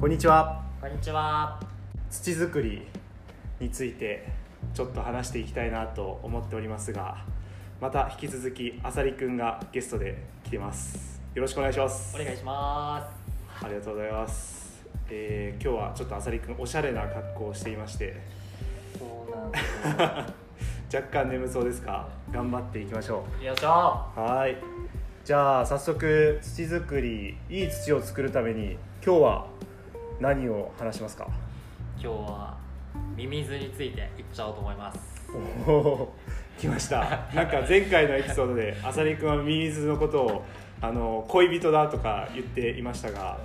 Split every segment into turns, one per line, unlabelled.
こんにちは
こんにちは。
土作りについてちょっと話していきたいなと思っておりますがまた引き続きあさりくんがゲストで来てますよろしくお願いします
お願いしま
ありがとうございます、えー今日はちょっとあさりくんおしゃれな格好をしていまして
す。そうなんで
若干眠そうですか頑張っていきましょ
す。よいしょ。
うはーいじゃあ早速土作りいい土を作るために今日は何を話しますか
今日はミミズについていっちゃおうと思います。
おお 来ましたなんか前回のエピソードで浅利君はミミズのことをあの恋人だとか言っていましたが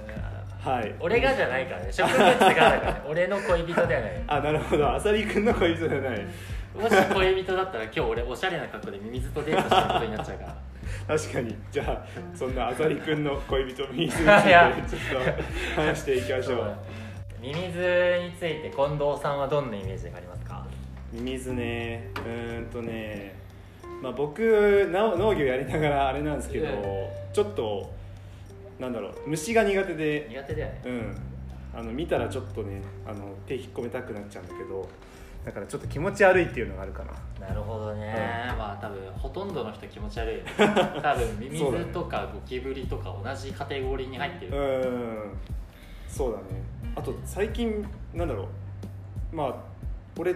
はい
俺がじゃないからね。植物がだからね。俺の恋人ではない。
あなるほど浅利君の恋人じゃない
もし恋人だったら今日俺おしゃれな格好でミミズとデートしたことになっちゃうから。
確かにじゃあそんな浅利君の恋人ミミズについてちょ
いや
っと話していきましょう
ミミズについて近藤さんはどんなイメージがありますか。
ミミズねうーんとねまあ僕な農業やりながらあれなんですけど
え
ちょっとなんだろう虫が苦手で
苦手だよね。
うん、あの見たらちょっとねあの手引っ込めたくなっちゃうんだけどだからちょっと気持ち悪いっていうのがあるかな
なるほどね、まあ多分ほとんどの人気持ち悪 いよね多分ミミズとかゴキブリとか同じカテゴリーに入って
う
る、
んそうだねあと最近なんだろうまあ俺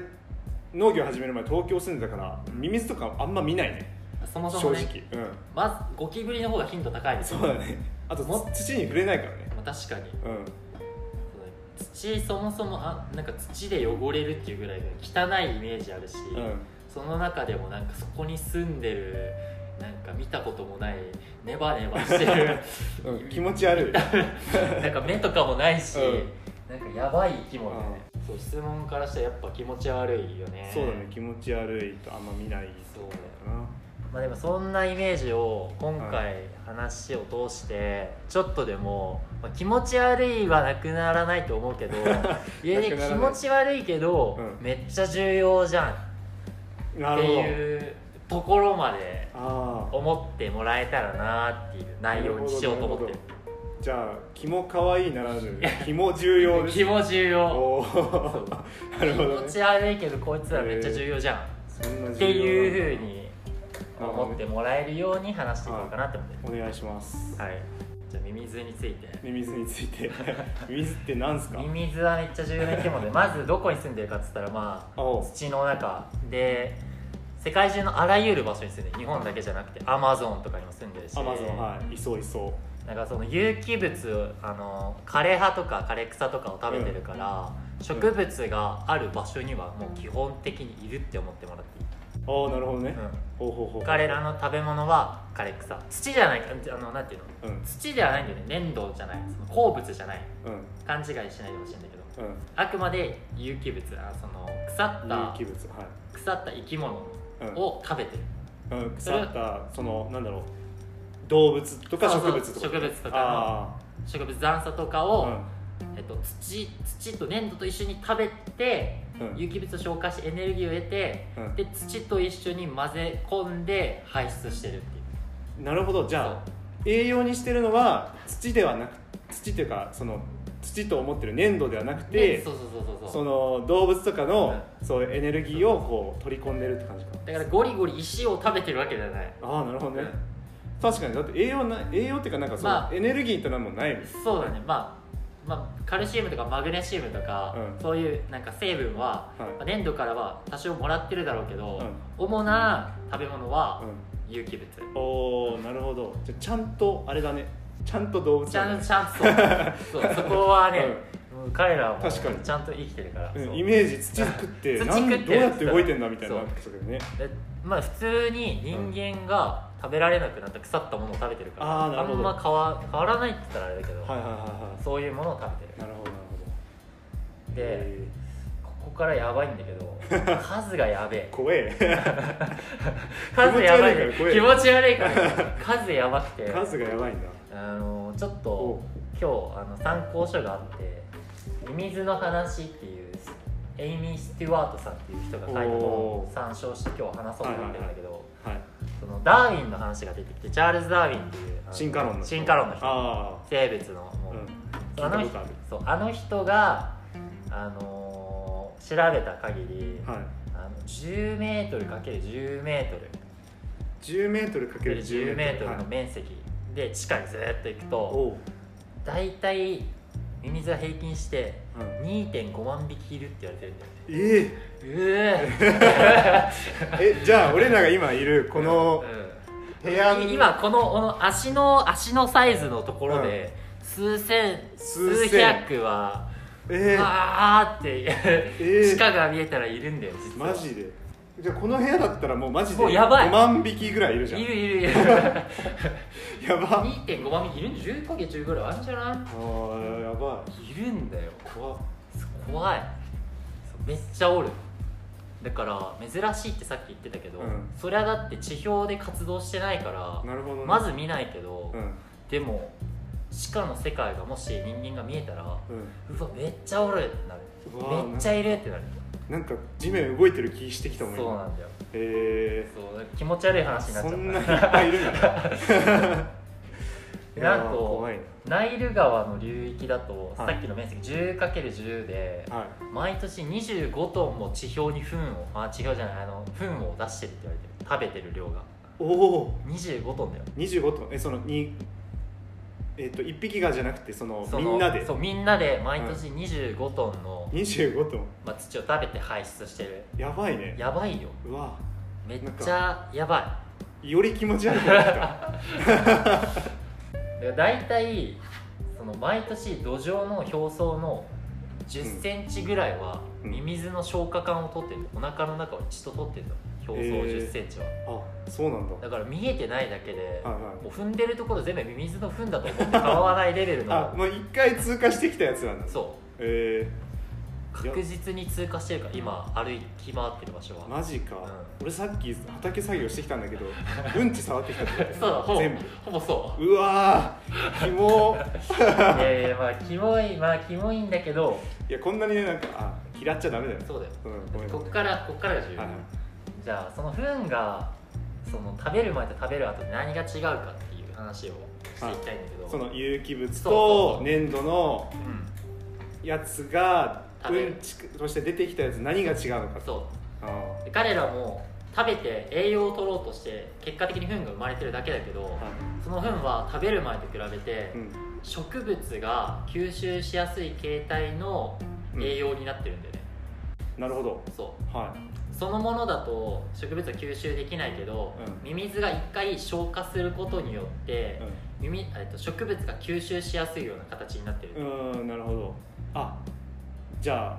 農業始める前東京住んでたからミミズとかあんま見ないね
そも
正
そも
直、
ね
うん
まずゴキブリの方が頻度高いですよ
そうだねあと
も
土に触れないからね
まあ、確かに
うん
土そもそもあなんか土で汚れるっていうぐらい汚いイメージあるし、
うん
その中でもなんかそこに住んでるなんか見たこともないネバネバしてる
うん、気持ち悪 い
なんか目とかもないし、
うん
なんかやばい生き物だよね、そう質問からしたらやっぱ気持ち悪いよね
そうだね気持ち悪いとあんま見ない
そうだよ
かな
まあでもそんなイメージを今回話を通してちょっとでも、まあ、気持ち悪いはなくならないと思う けどいや
なくなら
気
ない
持ち悪いけど、
うん
めっちゃ重要じゃんっ
な
て
るほど
いうところまで
ああ
思ってもらえたらなっていう内容にしようと思ってる
なるじゃあ肝可愛いならぬ肝重要です
気も重要
お
そ
お
う
なるほど
気持
ね
ち悪いけどこいつらめっちゃ重要じゃん、
そんな重要なんだ
っていうふうに思ってもらえるように話していこうかなって思ってる
お願いします
はいじゃあミミズについて
ミミズについ てミミズってなんすか
ミミズはめっちゃ重要な生き 物でまずどこに住んでるかっつったらま
お
あ
う
土の中で世界中のあらゆる場所に住んでる日本だけじゃなくてアマゾンとかにも住んでるし
アマゾンはいいそういそ
なんかその有機物あの枯れ葉とか枯れ草とかを食べてるから、植物がある場所にはもう基本的にいるって思ってもらっていい、
うああなるほどね、
う、
ほうほうほうん
彼らの食べ物は枯れ草土じゃないあのなんていうの
うんうん
土ではないんだよね粘土じゃないその鉱物じゃない勘違いしないでほしいんだけど
うん
あくまで有機物あその腐った
有機物は
腐った生き物
い、うん
を食べてる
うん、腐ったそのなんだろう動物とか
そう
植
そ
物
う
とか
植物とかの
あ
植物残渣とか
あ
を、
うん
えっと、土土と粘土と一緒に食べて
うん
有機物を消化しエネルギーを得て
うん
で土と一緒に混ぜ込んで排出してるっていう
なるほどじゃあ栄養にしてるのは土ではなく土っていうかその土と思ってる粘土ではなく
そう
て
でそうそうそうそうそ
そうの動物とかのそういうエネルギーをこう取り込んでるって感じか
だからゴリゴリ石を食べてるわけじゃない
ああなるほどね
うん
確かにだって栄養な栄養っていうかなんかそ
ま
の
あ
エネルギーってのはもうないです
そうだねまあまあ、カルシウムとかマグネシウムとか、
うん
そういうなんか成分は、
はい
まあ粘土からは多少もらってるだろうけど、
うん
主な食べ物は
う
有機物、
んおおなるほどじゃあちゃんとあれだねちゃんと動物
ち
だ
ゃん
ね
ちゃんと そうそこはね、もう彼らはもう
確かに
ちゃんと生きてるから、
う
そ
ん
う
イメージ土食 って
土
なん
食って
どうやって動いてんだみたいな
そう
そね
でまあ普通に人間が食べられなくなった腐ったものを食べてるから、
あーなるほど
んま変わ変わらないって言ったらあれだけど、
はいはいは
そういうものを食べて
いはいなるほどなるほど
るで
え
ここからやばいんだけ ど数がやべえ
ー怖え
数やばい
気持ち悪いから怖い
気持ち悪いから数やばく て
数がやばいんだ
あのちょっと
お
今日あの参考書があって「ミミズの話」っていうエイミー・ステュワートさんっていう人が書いたの
お
を
ー
参照して今日話そうと思ってるんだけど、
はい
そのダーウィンの話が出てきてチャールズ・ダーウィンっていうあの
進化論の人
進化論の人
あ
生物のもう
あ、うん聞いたことある
そうあの人が、あのー調べた限り、
はい
あの10メートルかける10メートル
10メートルかける
10
10
メ
メ
ー
ート
トル
ル
の面積で地下にずーっと行くと、
おう、
大体ミミズは平均して
うん
2.5万匹いるって言われてるんだよね
え
う
ええじゃあ俺らが今いるこ の部屋
え、
に
今このこの足の足のサイズのところで、数千数
数千
百は
えー、
わーって、
えー
地下が見えたらいるんだよ実は
マジでじゃあこの部屋だったらもうマジで
もうやばい
5万匹ぐらいいるじゃん
いるい るいる
やば
2.5万匹いるん10かけ10ぐらいあるんじゃな
あーやば
いいるんだよ
い怖っ
怖いそうめっちゃおるだから珍しいってさっき言ってたけど、
うん
そりゃだって地表で活動してないから
なるほどね
まず見ないけど、
うん
でも地下の世界がもし人間が見えたら
うん
うわめっちゃおるってなる
うわ
めっちゃいるってなる
なんか地面動いてる気してきた
そう
もん
な
今
んだよ
え
そう気持ち悪い話
ー、
になっちゃっ
そんない
た
っぱいいるんだね いやー
なんと
怖い
ナイル川の流域だと、
はい
さっきの面積 10×10 で
なはい
毎年25トンも地表に糞をあ地表じゃないあの糞を出してるって言われてる食べてる量が
おお
25トンだよ
25トンえそのにえっ、と1匹がじゃなくてその
その
みんなで
そうみんなで毎年25トンの、
25トン
まあ、土を食べて排出してる
やばいね
やばいよ
うわ
めっちゃやば
より気持ち悪くなった、
いだいたいその毎年土壌の表層の1 0ンチぐらいは
うん
ミミズの消化管を取ってるお腹の中を一度取ってるの表層
えー
1 0ンチは、
あそうなんだ
だから見えてないだけで、
はいはい
もう踏んでるところ全部ミミズの踏んだと思って変わらないレベル
あ
の
もう1回通過してきたやつなん だ
そ
え
う確実に通過してるから今歩き回ってる場所
ー、
は、
マジか、
う
俺さっき畑作業してきたんだ けどうんち触ってきたって
そうだほぼ
全部
ほぼそう
わーキモ ー
ういやいやまあキモいまあキモいんだけど
いやこんなにねなんかあ嫌っちゃダメだよ
そうだよ
うんごめん
こっからこっからが重要、
はいはい
じゃあその糞がその食べる前と食べる後で何が違うかっていう話をしていきたいんだけど、
その有機物
そうそうそ
と
う
粘土の
う
やつがう
食べる
んちくとして出てきたやつ何が違うのか
ん
と
そ
あー
うで彼らも食べて栄養を取ろうとして結果的に糞が生まれてるだけだけど、
は
その糞は食べる前と比べて
いうん
植物が吸収しやすい形態の
うん
栄養になってるんだよね、
なるほど
そう
は
そのものだと植物は吸収できないけど、
うん
ミミズが一回消化することによって
い、うん
ミミえっと、植物が吸収しやすいような形になってる、
うーんなるほどあじゃ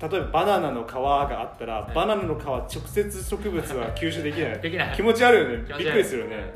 あ例えばバナナの皮があったら、
はい
バナナの皮直接植物は吸収でき ない
できない
気持ち悪いよね
気持ち悪い
びっくりするよね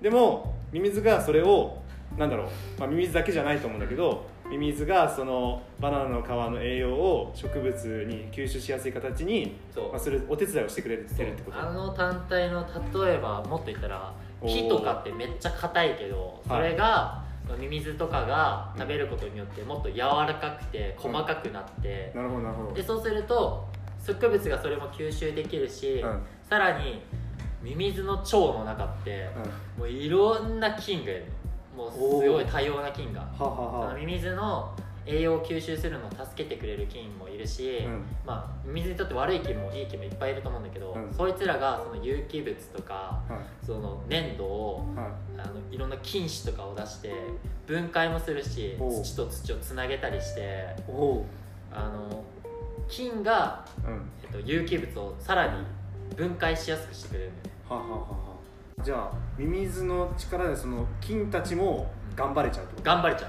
でもミミズがそれをなんだろう、まあ、ミミズだけじゃないと思うんだけどミミズがそのバナナの皮の栄養を植物に吸収しやすい形に、
そう
まあ、するお手伝いをしてくれてる
そう
ってこと
あの単体の例えばもっと言ったら
おー
木とかってめっちゃ硬いけどそれが、ミミズとかが食べることによってもっと柔らかくて細かくなって、
なるほどなるほど
でそうすると植物がそれも吸収できるし、
うん
さらにミミズの腸の中って、
うんは
もういろんな菌がいるのもうすごい多様な菌が
あはあはあ
ミミズの栄養を吸収するのを助けてくれる菌もいるし、
うん
まあ、水にとって悪い菌もいい菌もいっぱいいると思うんだけど、
うん
そいつらがその有機物とか
は
その粘土を
いは
あのいろんな菌糸とかを出して分解もするし
おう
土と土をつなげたりして
いおお
あの菌が、
ーうん
えっと、有機物をさらに分解しやすくしてくれるんだよね
はあはあはあはあじゃあミミズの力でその菌たちも頑張れちゃうってこ
頑張れちゃ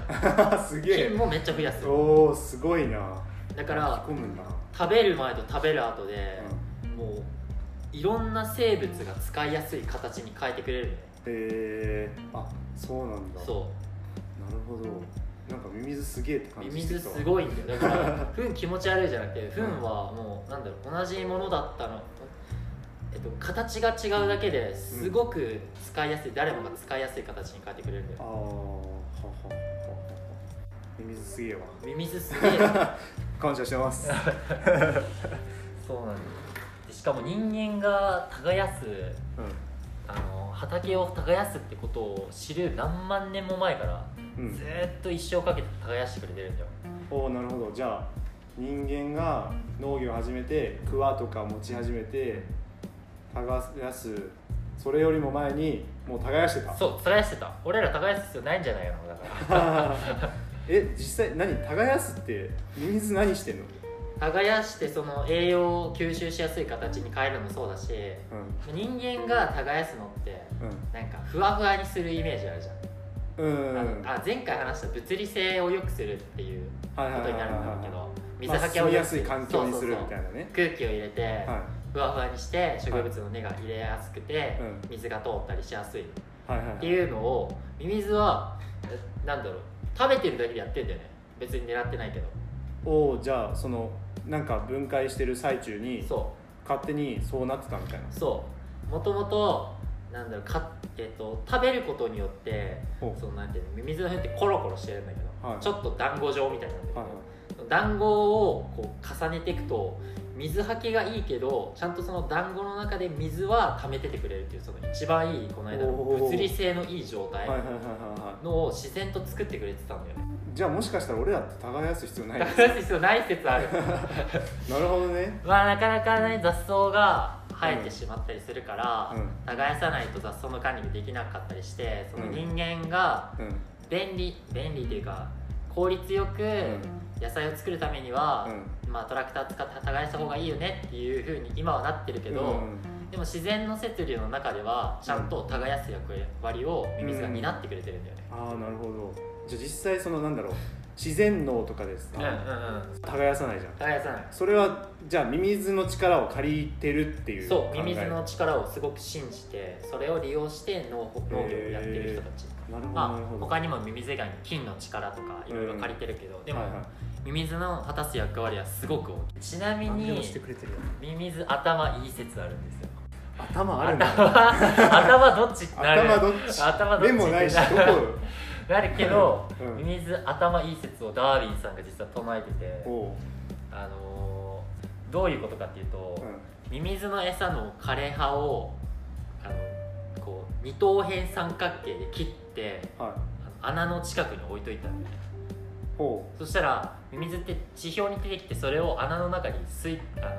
と
う
すげ
菌
え
もめっちゃ増やす
おおすごいな
だから
引き込むんだ、
食べる前と食べる後で
う、ん
もういろんな生物が使いやすい形に変えてくれるのよ
えー、あそうなんだ
そう
なるほどなんかミミズすげえって感
ミ
じ
ミ
して
ズ
きた
すごいんだよだから 糞気持ち悪いじゃなくて糞はもうなんだろう同じものだったの、えっと、形が違うだけですごく使いやすい、誰もが使いやすい形に変えてくれるんだ
あー
よ
はあはあはあはあミミズすげえわ
ミミズすげえ
感謝してます う
そうなんだよでしかも人間が耕
ん
すあの畑を耕すってことを知る何万年も前から
うん
ずーっと一生かけて耕してくれてるんだよ
おーなるほどじゃあ人間が農業を始めてクワとか持ち始めて耕すそれよりも前にもう耕してた
そう耕してた俺ら耕す必要ないんじゃないのだから
え実際何耕すってミミズ何してんの、
耕してその栄養を吸収しやすい形に変えるのもそうだし人間が耕すのってなんかふわふわにするイメージあるじゃん
うんうん
あ
う
の
ん
あ前回話した物理性を良くするっていう
はい
ことになるんだろうけ
は
ど
い
水
まあ
はけを
住み
良
や
く
すい環境にする
そう
みた
そうそ
いなね
う空気を入れて
は
ふわふわにして植物の根が入れやすくて
うん
水が通ったりしやすいっ
いはいはい
ていうのをミミズはえなんだろう食べてるだけでやってんだよね別に狙ってないけど
をじゃあそのなんか分解してる最中に
そう
勝手にそうなってたみたいな
そうもともとなんだろうか、えっと食べることによって
ほう
そのなんていうのミミズの糞ってコロコロしてるんだけど、
はい
ちょっと団子状みたいなんだけど、
はいはい
団子をこう重ねていくと水はけがいいけどちゃんとその団子の中で水は溜めててくれるっていうその一番いいこの間の
おー
物理性のいい状態
はいはいはいはいはい
のを自然と作ってくれてたんだよね
じゃあもしかしたら俺らって耕す必要ない
だから必要ない 説ある
なるほどね
まあなかなかね雑草が生えてしまったりするから、
うん
耕さないと雑草の管理ができなかったりしてその
うん
人間が
うん
便利便利というか効率よく野菜を作るためには、まあ、トラクター使って耕した方がいいよねっていうふうに今はなってるけど、でも自然の摂理の中ではちゃんと耕す役割をミミズが担ってくれてるんだよね。
ああなるほどじゃあ実際そのなんだろう自然農とかです
うんうん
か
うん
耕さないじゃん
耕さない
それはじゃあミミズの力を借りてるっていう
そ
考
う
え
ミミズの力をすごく信じてそれを利用して農農業をやってる人たち、
なるほどな
ま
る
あ
ほど
他にもミミズ以外に金の力とかいろいろ借りてるけど、でも、
はいはい
ミミズの果たす役割はすごく大きいちなみ
何でも
に
してくれてるよ
ミミズ頭いい説あるんですよ
頭あるんだ
頭 頭どっちってなる
頭どっち
頭どっち
目も ないしどこ
なるけど、
うん
ミミズ頭いい説をダーウィンさんが実は唱えてて、
おう
あのーどういうことかっていうと、
う
ミミズの餌の枯れ葉をあのこう二等辺三角形で切って
んはい
あの穴の近くに置いといたんだよね
ほ
そしたらミミズって地表に出てきてそれを穴の中に吸いあの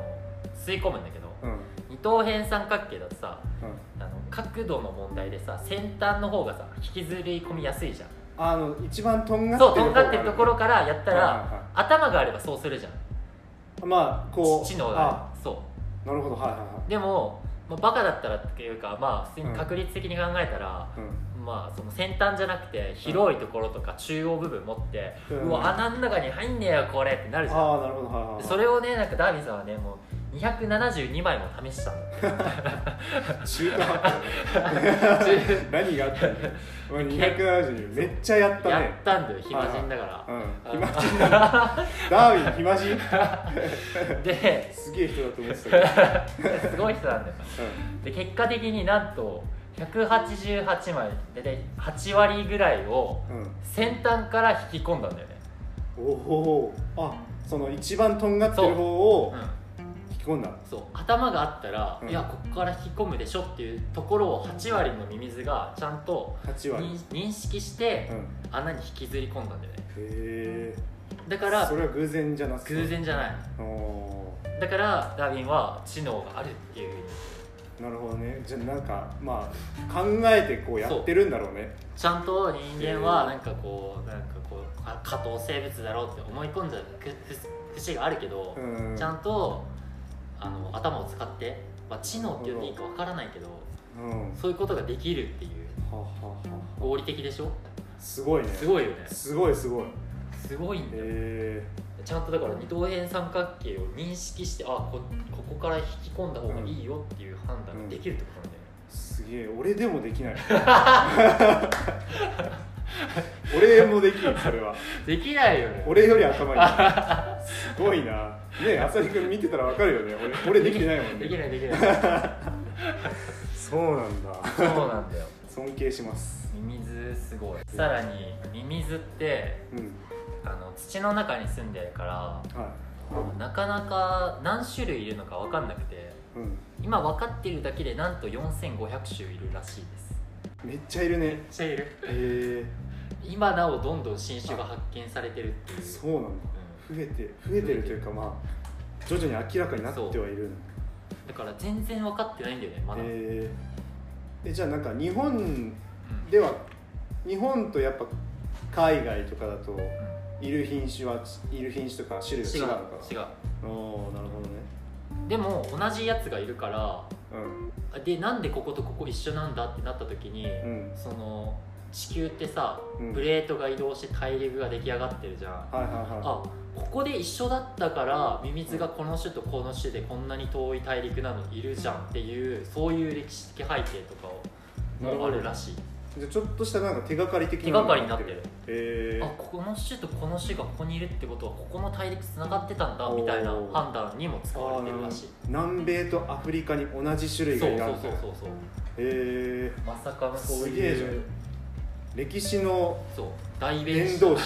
吸い込むんだけど
ううんうん
二等辺三角形だとさあの角度の問題でさ先端の方がさ引きずり込みやすいじゃん
あの一番とんがって
そ
る
うとんがってるところからやったら、
はいはいは
頭があればそうするじゃん
いまあこう
知能
あ
がそ
なるほどはいはいは
うでも、まあ、バカだったらっていうかまあ普通に確率的に考えたら、
いうん
まあ、その先端じゃなくて広いところとか中央部分持って、
う
うんわ穴の中に入んねえよこれってなるじゃん
ああなるほどはいはいはい
でそれをねなんかダービーさんはねもう272枚も試したの
中途半端だね 何があったんだよお前270めっちゃやった
や
ね
ったんだよ暇人だから、
うん暇人なんだダーウィン暇人
で
すげえ人だと思ってたけど、
すごい人なんだよで結果的になんと188枚大体8割ぐらいを
うんうん
先端から引き込んだんだよね、
おおあその一番とんがってる方を
うん、
引き込んだ
そう頭があったら、
うん
いやここから引き込むでしょっていうところを8割のミミズがちゃんと
8割、うん、
認
へ
認識して、穴に引きずり込んだんだよね
え
だから
それは偶然じゃなくて
偶然じゃない
お
だからダーウィンは知能があるっていうふうに
ーなるほどねじゃあなんかまあ考えてこうやってるんだろうね
ちゃんと人間は
へ
なんかこうなんかこうあ下等生物だろうって思い込んじゃうくふ節があるけど、
うん
ちゃんとあの頭を使って、まあ、知能って言っていいかわからないけど
うんは
そういうことができるっていう
はは
合理的でしょ
すごいね
すごいよね
すごいすごい
すごいんだよ
へ
ちゃんとだから二等辺三角形を認識してあこここから引き込んだ方がいいよっていう判断ができるってことなんだよね、
ー、すげえ俺でもでき ない俺もできるそれは
できないよね
俺より頭いいすごいなねえ浅利君見てたらわかるよね俺俺できてないもん
でき
ね
ないでき ない
そうなんだ
そうなんだよ
尊敬します
ミミズすごいさらにミミズって
うん
あの土の中に住んでるから
は
なかなか何種類いるのか分かんなくて
いうん
今分かってるだけでなんと4500種いるらしいです
めっちゃいるね
シェイル
へえ
今なおどんどん新種が発見されてるっていう
そうなんだ増えて増えてるというかまあ徐々に明らかになってはいるんだ
うんだから全然分かってないんだよねまだ、
へえじゃあなんか日本
うん
では日本とやっぱ海外とかだといる品種はいる品種とか種類が違
違
う
う
のか
違う
おおーなるほどね
でも同じやつがいるから
うん
でなんでこことここ一緒なんだってなった時に、
うん
その地球ってさ、
うん
プレートが移動して大陸が出来上がってるじゃん、
はいはいは
あここで一緒だったからミミズがこの種とこの種でこんなに遠い大陸なのいるじゃんっていうそういう歴史的背景とかを
なるほど
もあるらしい
いじゃあちょっとしたなんか手がかり的
手
な
が
の
かりになってる
へえ
あこの種とこの種がここにいるってことはここの大陸つながってたんだみたいな
おー
判断にも使われてるらしい
南米とアフリカに同じ種類が
そ
いうる
そ
ん
う
だ
そうそうそう
へえ
まさかのそう
すげえじゃ
い
ん
う
歴史の
そう大弁
伝
士
道師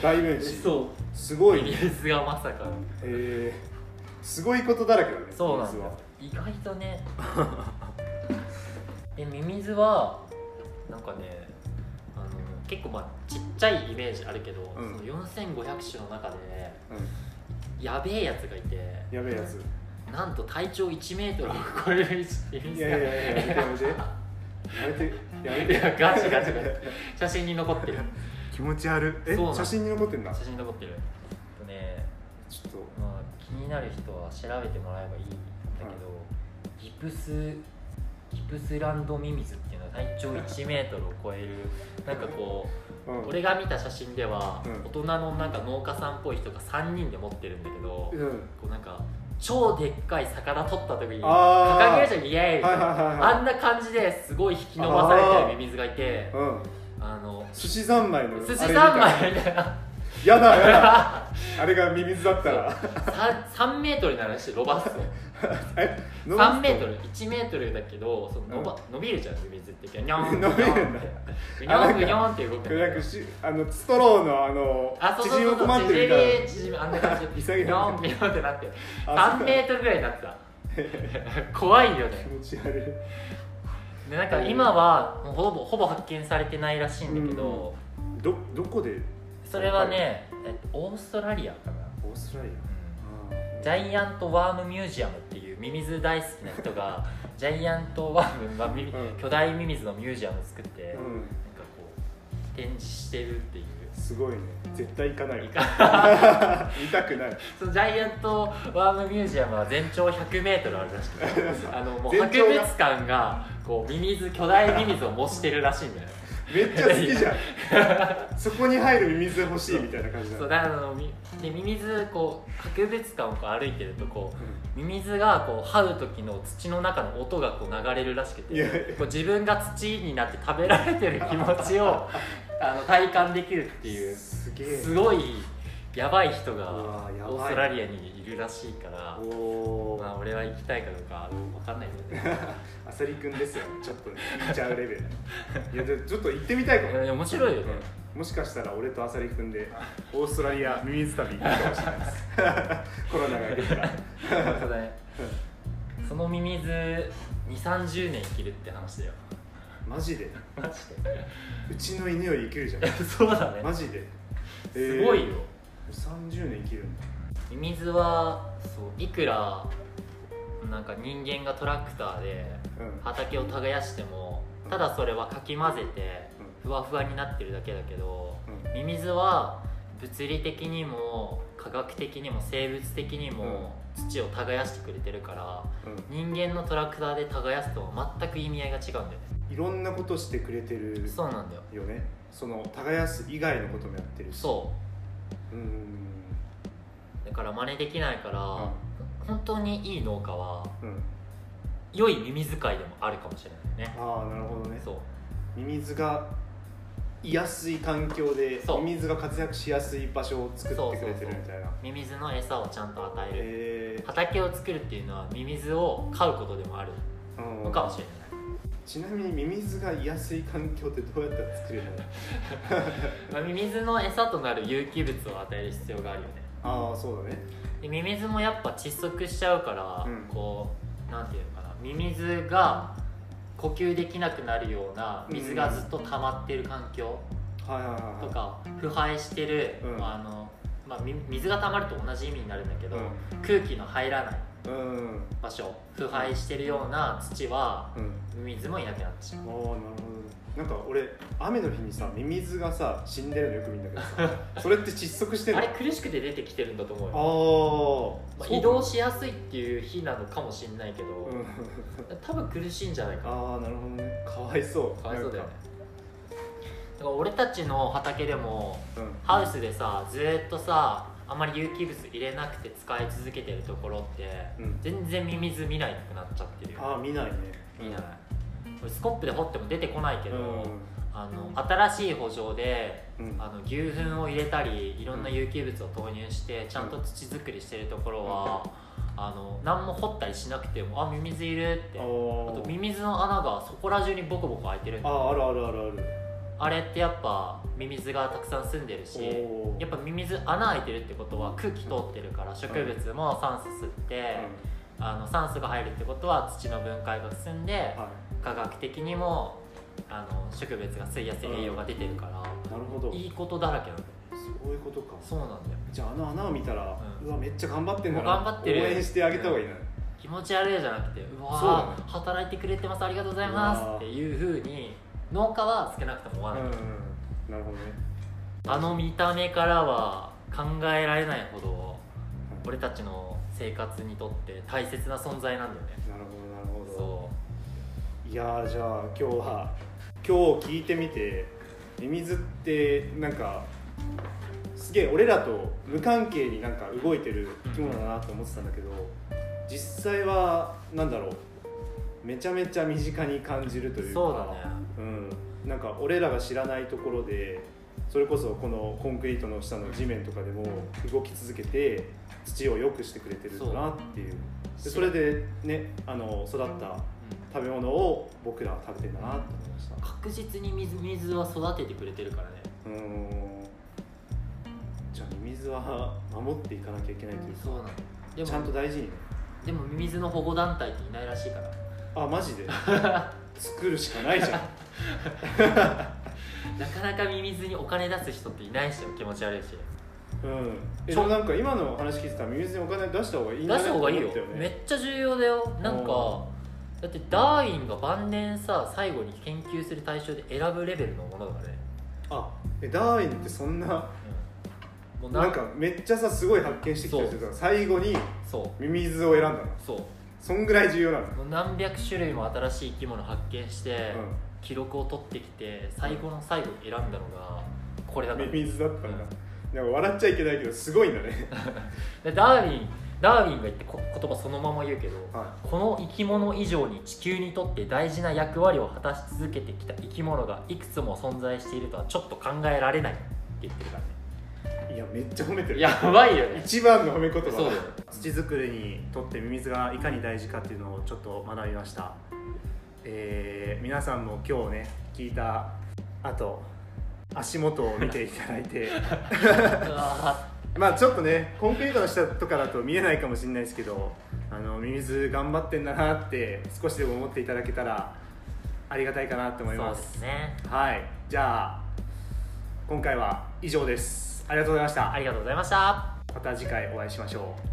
代弁師
そ
すご
う
い
ミミ
ね
ズがまさかの
えー、すごいことだらけだね
そうなんですよ意外と ねでミミズはなんかねあの結構まあちっちゃいイメージあるけど、
うん
その4500種の中でね
ニュースは
やべえやつがいて
うん、やべえやつ
なんと体長1メートルを超えるミミ
い
ズが
やいやいややめてやめて やめてやめ
いや
て
ガチガチガチ写真に残ってる
気持ち悪いえ
そうなの
写真に残ってんだち
写真に残ってるあとね、
ょっと
まあ、気になる人は調べてもらえばいいんだけど、ギプスギプスランドミミズっていうのは体長1メートルを超えるなんかこ
う
うん俺が見た写真では、
うん
大人のなんか農家さんっぽい人が3人で持ってるんだけど、
う
こ
ん
うなんか超でっかい魚取った時に
あー
掲げるじゃんイエーイみたいな
はいはいはいはい
あんな感じですごい引き伸ばされてるミミズがいて
うん
あの
寿司三昧の
寿司
あれみたい
三昧みたいな
やだやだ あれがミミズだったら
3メートルになるらしいロバース
え伸ばすと
3メートル1メートルだけどその伸ば、伸びるじゃん水ってニョン
伸びるんだ
ニョンニョンって動く
こ
ん
れなん
だ
かしあのストローのあの
あそうそう
縮む
そうそう
困ってるみたいな
縮み縮みあんな感じで
潔い
ニョンニョンってなって
あ
3メートルぐらいに なってた怖いよね
気持ち悪い
でなんか今はもうほぼほぼ発見されてないらしいんだけど、
どどこで
それはね、えっと、オーストラリアかな、
オーストラリア
ジャイアントワームミュージアムっていうミミズ大好きな人がジャイアントワームがミミ
うん
巨大ミミズのミュージアムを作って、なんか
うん
こう展示してる っていう
すごいね絶対行かないよ
いい
見
か
たくない
そのジャイアントワームミュージアムは全長 100m あるらしく てあのもう
全
博
長が
物館がこうミミズ巨大ミミズを模してるらしいんだよね
めっちゃ好きじゃんそこに入るミミズ欲しいみたいな感じだ
そうだからあのみでミミズこう博物館をこう歩いてるとこうミミズがこう這う時の土の中の音がこう流れるらしく
いや
て
いや
こう自分が土になって食べられてる気持ち をあの体感できるっていう
すげえ
すごいやばい人が
うわやばい
オーストラリアにいるらしいから
お。お
ま
ー
あ、俺は行きたいかどうか分かんない けどね
あさりくんですよちょっと行っちゃうレベル いやでもちょっと行ってみたいかも
いやいや面白いよ ね
うんもしかしたら俺とあさりくんでオーストラリアミミズ旅行くかもしれないですコロナが明けたら
本当だねそのミミズ2 3 0年生きるって話 だよ
マジで
マジで
うちの犬より生きるじゃん
そうだね
マジで、えー
すごいよ、
30年生きるんだ
ミミズはそういくらなんか人間がトラクターで
うん
畑を耕してもただそれはかき混ぜてふわふわになってるだけだけど
うん
ミミズは物理的にも科学的にも生物的にも土を耕してくれてるから
うん
人間のトラクターで耕すとは全く意味合いが違うんだよね
いろんなことしてくれてる
そうなんだ
よ
よ
ねその耕す以外のこともやってるし
そう
うーん
うだから真似できないから
うん
本当にいい農家は
うん
良い耳遣いでもあるかもしれないね
ああなるほどね
そう
ミミズが居やすい環境で
そう
ミミズが活躍しやすい場所を作ってくれてるみたいな
ミミズの餌をちゃんと与え
え
る、畑を作るっていうのはミミズを飼うことでもある
ーう
の
ん
かもしれない
ちなみにミミズが居やすい環境ってどうやったら作れるの
まあ、ミミズの餌となる有機物を与える必要があるよね
ああそうだね
でミミズもやっぱ窒息しちゃうから、
うん
こうなんていうのかなミミズが呼吸できなくなるような水がずっと溜まってる環境
はいはいはい
とか腐敗してる、
うん
まああのまあ、み水が溜まると同じ意味になるんだけど、
う
空気の入らない
んうん
場所腐敗してるような土は
うん
水もいなくなってしま
ああなるほどなんか俺雨の日にさミミズがさ死んでるのよく見るんだけどさ それって窒息して
う
る
あ
の
れ苦しくて出てきてるんだと思うよ
あ
ま
あ
あ移動しやすいっていう日なのかもしれないけど、
うん
多分苦しいんじゃないか
ああなるほどねかわいそう
なかわいそうだよね
なん
だから俺たちの畑でも
か
ハウスでさずーっとさあんまり有機物入れなくて使い続けてるところって、
うん、うん、
全然ミミズ見ないくなっちゃってるよ
ああ見ないね
見ない俺スコップで掘っても出てこないけど、
う
あの新しい補助で
んうん
あの牛糞を入れたりいろんな有機物を投入してちゃんと土作りしてるところは、あの何も掘ったりしなくてもあミミズいるって
あ
あとミ
ー
ミズの穴がそこら中にボコボコ開いてるんだ
あーあるあるある
あれってやっぱミミズがたくさん住んでる
あ
し
るおー
やっぱミミズ穴開いてるってことは空気通ってるから植物も酸素吸って、あの酸素が入るってことは土の分解が進んで
うんはい
科学的にもあの植物が吸いやすい栄養が出てるから、
なるほど
いいことだらけなんだよ
そういうことか
そうなんだよ
じゃああの穴を見たら、う
うん
わめっちゃ頑張ってんだな
もう頑張ってる
応援してあげた方がいいな、
気持ち悪いじゃなくてうわ
そうだね
ー働いてくれてますありがとうございますっていうふうに農家は少なくとも思わない、
うんなるほどね
あの見た目からは考えられないほど俺たちの生活にとって大切な存在なんだよね
なるほどなるほど
そ
いやーじゃあ今日は今日聞いてみてミミズってなんかすげえ俺らと無関係になんか動いてる生き物だなと思ってたんだけど実際はなんだろうめちゃめちゃ身近に感じるという
う
か
そうだね
うん、なんか俺らが知らないところでそれこそこのコンクリートの下の地面とかでも動き続けて土を良くしてくれてるんだなっていうでそれでねあの育った
うん
食べ物を僕らは食べてんだなって思いました
確実に水水は育ててくれてるからね
うーんじゃあミミズは守っていかなきゃいけないという
そうなので
ちゃん
も
と大事にね
でもミミズの保護団体っていないらしいから
あマ ジで作るしかないじゃん
なかなかミミズにお金出す人っていないし気持ち悪いし
うんえ
ち
で
ょ
もなんか今の話聞いてたらミミズにお金出した方がいいん
出
だ
した方がいいよ
って思った
めっちゃ重要だよなんかだってダーウィンが晩年さ最後に研究する対象で選ぶレベルのものだからね、
あえダーウィンってそんな
もうな
なんんかめっちゃさすごい発見してきた人が最後に
そ
ミミズを選んだの
うそう
そんぐらい重要なの、
もう何百種類も新しい生き物発見して、
う
記録を取ってきて最後の最後に選んだのがこれだから
ん、ミミズだったんだ、なんか笑っちゃいけないけどすごいんだね
でダーウィンダーウィンが言ってこ言葉そのまま言うけど、
は
この生き物以上に地球にとって大事な役割を果たし続けてきた生き物がいくつも存在しているとはちょっと考えられないって言ってるか
いやめっちゃ褒めて
らね
る
やばいよね
一番の褒め言葉
そうだよ
土作りにとってミミズがいかに大事かっていうのをちょっと学びました、えー皆さんも今日ね聞いた後足元を見ていただい て
うわ
まあちょっとねコンクリートの下とかだと見えないかもしれないですけどあのミミズ頑張ってんだなって少しでも思っていただけたらありがたいかなと思い
そう
ま
ですすね
はいじゃあ今回は以上ですありがとうございました
ありがとうございました
また次回お会いしましょう